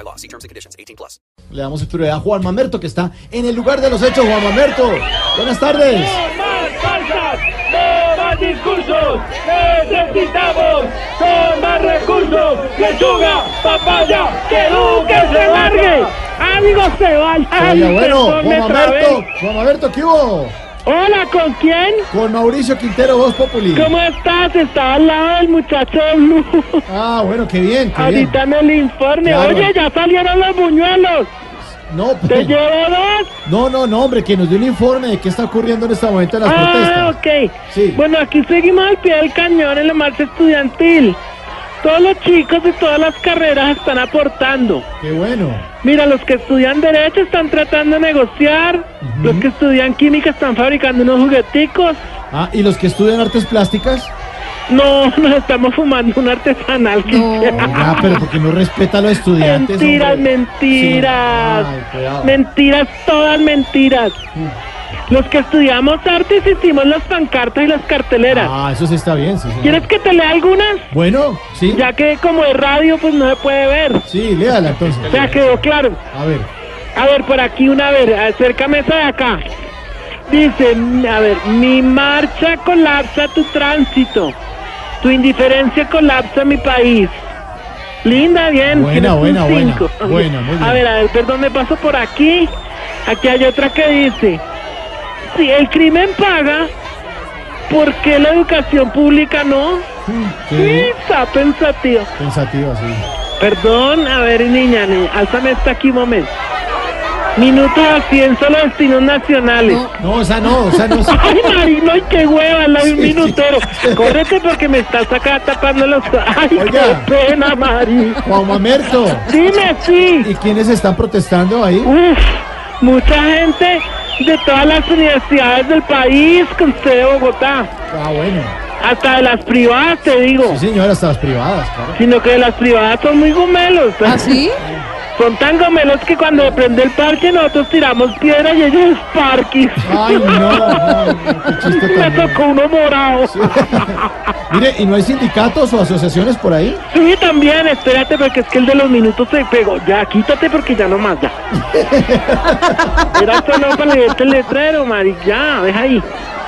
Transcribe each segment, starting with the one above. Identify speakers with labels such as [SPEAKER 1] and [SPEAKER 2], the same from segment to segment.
[SPEAKER 1] law. See terms and conditions. 18 plus.
[SPEAKER 2] Le damos prioridad a Juan Mamerto, que está en el lugar de los hechos. Juan Mamerto, buenas tardes.
[SPEAKER 3] ¡No más falsas! ¡No más discursos! ¡Necesitamos! ¡Son más recursos! ¡Lechuga! ¡Papaya! ¡Que nunca se largue! ¡Algo se va!
[SPEAKER 2] Oye, bueno, Juan Mamerto, Juan Mamerto, ¿qué hubo?
[SPEAKER 3] Hola, ¿con quién?
[SPEAKER 2] Con Mauricio Quintero, Voz Populi.
[SPEAKER 3] ¿Cómo estás? Está al lado del muchacho Blue.
[SPEAKER 2] Ah, bueno, qué bien, qué bien.
[SPEAKER 3] Ahorita en el informe.
[SPEAKER 2] Claro.
[SPEAKER 3] Oye, ya salieron los buñuelos.
[SPEAKER 2] No,
[SPEAKER 3] ¿Te
[SPEAKER 2] pero-
[SPEAKER 3] llevo dos?
[SPEAKER 2] no, no, no, hombre, que nos dio un informe de qué está ocurriendo en este momento en las
[SPEAKER 3] Ah,
[SPEAKER 2] protestas.
[SPEAKER 3] ok.
[SPEAKER 2] Sí.
[SPEAKER 3] Bueno, aquí seguimos al pie del cañón en la marcha estudiantil. Todos los chicos de todas las carreras están aportando.
[SPEAKER 2] Qué bueno.
[SPEAKER 3] Mira, los que estudian Derecho están tratando de negociar. Los que estudian Química están fabricando unos jugueticos.
[SPEAKER 2] Ah, ¿y los que estudian artes plásticas?
[SPEAKER 3] No, nos estamos fumando un artesanal.
[SPEAKER 2] Ah, pero porque no respeta a los estudiantes.
[SPEAKER 3] mentiras,
[SPEAKER 2] hombre.
[SPEAKER 3] mentiras.
[SPEAKER 2] Sí. Ay, cuidado. Mm.
[SPEAKER 3] mentiras, todas mentiras. Los que estudiamos artes hicimos las pancartas y las carteleras.
[SPEAKER 2] Ah, eso sí está bien, sí. señor.
[SPEAKER 3] ¿Quieres que te lea algunas?
[SPEAKER 2] Bueno, sí.
[SPEAKER 3] Ya que como es radio, pues no se puede ver.
[SPEAKER 2] Sí, léala entonces.
[SPEAKER 3] Ya quedó claro.
[SPEAKER 2] A ver.
[SPEAKER 3] A ver, por aquí una, a ver, acércame esa de acá. Dice, a ver, mi marcha colapsa tu tránsito. Tu indiferencia colapsa mi país. Linda, bien.
[SPEAKER 2] Buena,
[SPEAKER 3] tienes un
[SPEAKER 2] buena, buena.
[SPEAKER 3] cinco.
[SPEAKER 2] Buena, muy
[SPEAKER 3] A
[SPEAKER 2] bien.
[SPEAKER 3] ver, a ver, perdón, me paso por aquí. Aquí hay otra que dice, si el crimen paga, ¿por qué la educación pública no?
[SPEAKER 2] Sí,
[SPEAKER 3] Está pensativo.
[SPEAKER 2] pensativa, sí.
[SPEAKER 3] Perdón, a ver, niña, niña, álzame esta aquí un momento. Minuto de ciencia los destinos nacionales.
[SPEAKER 2] No, esa no, esa no. esa-
[SPEAKER 3] Ay, Marino, y qué hueva, la de un
[SPEAKER 2] Sí, sí.
[SPEAKER 3] minutero. Córrete porque me estás acá tapando los. Ay,
[SPEAKER 2] Oiga.
[SPEAKER 3] qué pena, Mari.
[SPEAKER 2] Juan Mamerto,
[SPEAKER 3] Dime sí.
[SPEAKER 2] ¿y quiénes están protestando ahí?
[SPEAKER 3] Uf, mucha gente de todas las universidades del país, con sede de Bogotá,
[SPEAKER 2] Ah, bueno.
[SPEAKER 3] hasta de las privadas, te digo.
[SPEAKER 2] Sí, señora, hasta las privadas, claro.
[SPEAKER 3] Sino que de las privadas son muy gomelos.
[SPEAKER 4] ¿Ah, sí?
[SPEAKER 3] Son tan gomelos que cuando prende el parque nosotros tiramos piedras y ellos parques.
[SPEAKER 2] Ay, no, ay, no, qué Ah, chiste
[SPEAKER 3] Me
[SPEAKER 2] tan malo.
[SPEAKER 3] tocó uno morado. Sí.
[SPEAKER 2] Mire, ¿y no hay sindicatos o asociaciones por ahí?
[SPEAKER 3] también, espérate, porque es que el de los minutos se pegó. Ya, quítate porque ya no más, ya. Era solo para leerte el letrero, Mari. Ya, deja ahí.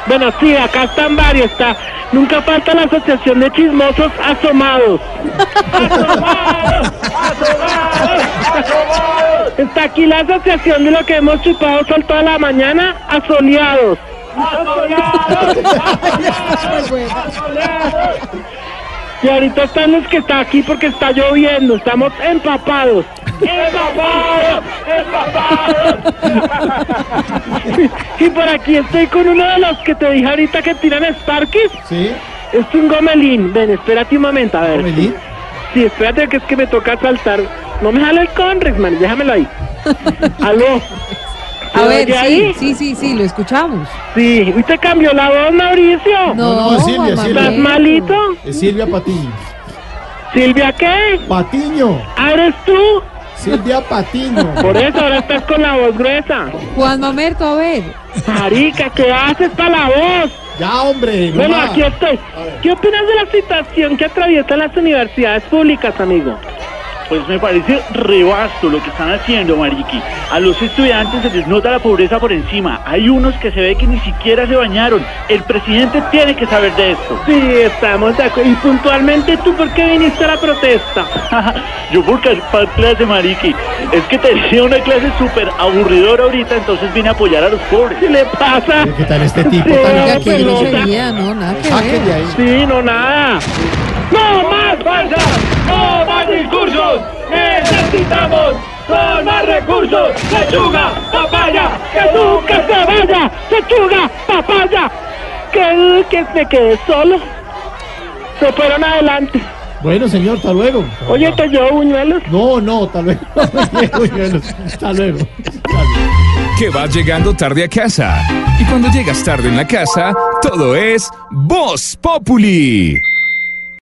[SPEAKER 3] Bueno, sí, acá están varios. Está. Nunca falta la asociación de chismosos asomados. ¡Asomados! ¡Asomados! ¡Asomados! Está aquí la asociación de lo que hemos chupado sol toda la mañana, asoleados. ¡Asoleados! Y ahorita están los que está aquí porque está lloviendo, estamos empapados. ¡Empapados! ¡Empapados! y por aquí estoy con uno de los que te dije ahorita que tiran Sparkies.
[SPEAKER 2] Sí,
[SPEAKER 3] Es un gomelín. Ven, espérate un momento, a ver.
[SPEAKER 2] Melín.
[SPEAKER 3] Sí, espérate que es que me toca saltar. No me jale el Conrex, man, déjamelo ahí. Aló.
[SPEAKER 4] A
[SPEAKER 3] ¿Te
[SPEAKER 4] ver,
[SPEAKER 3] oye ahí?
[SPEAKER 4] sí, sí, sí, sí, lo escuchamos.
[SPEAKER 3] Sí. ¿Usted cambió la voz, Mauricio?
[SPEAKER 2] no,
[SPEAKER 4] Juan
[SPEAKER 2] Silvia, Silvia.
[SPEAKER 3] ¿Estás
[SPEAKER 4] Manuel.
[SPEAKER 3] malito?
[SPEAKER 2] Es Silvia Patiño.
[SPEAKER 3] ¿Silvia qué?
[SPEAKER 2] Patiño,
[SPEAKER 3] ¿Abres tú?
[SPEAKER 2] Silvia Patiño.
[SPEAKER 3] Por eso ahora estás con la voz gruesa.
[SPEAKER 4] Juan Mamerto, a ver.
[SPEAKER 3] Marica, ¿qué haces para la voz?
[SPEAKER 2] Ya, hombre, no
[SPEAKER 3] Bueno,
[SPEAKER 2] más.
[SPEAKER 3] aquí estoy. ¿Qué opinas de la situación que atraviesan las universidades públicas, amigo?
[SPEAKER 5] Pues me parece rebasto lo que están haciendo, Mariki. A los estudiantes se les nota la pobreza por encima. Hay unos que se ve que ni siquiera se bañaron. El presidente tiene que saber de esto.
[SPEAKER 3] Sí, estamos de acuerdo. Y puntualmente tú, ¿por qué viniste a la protesta?
[SPEAKER 5] Yo por para clase, Mariki. Es que tenía una clase súper aburridora ahorita, entonces vine a apoyar a los pobres.
[SPEAKER 3] ¿Qué le pasa?
[SPEAKER 2] ¿Qué tal este tipo
[SPEAKER 3] Sí,
[SPEAKER 2] tan
[SPEAKER 4] Oiga,
[SPEAKER 3] no,
[SPEAKER 4] qué
[SPEAKER 3] pelota.
[SPEAKER 4] grosería, no, nada que
[SPEAKER 2] Saquen de
[SPEAKER 4] ver.
[SPEAKER 2] ahí.
[SPEAKER 3] Sí, no nada. ¡No más falsas! ¡No más discursos! ¡Necesitamos! ¡Son más recursos! ¡Lechuga! ¡Papaya! ¡Que nunca se vaya! ¡Lechuga! ¡Papaya! Que, que me quedé solo. Se fueron adelante.
[SPEAKER 2] Bueno, señor, hasta luego.
[SPEAKER 3] Oye, te llevo buñuelos.
[SPEAKER 2] No, no, hasta luego. hasta luego.
[SPEAKER 6] que vas llegando tarde a casa. Y cuando llegas tarde en la casa, todo es Voz Populi.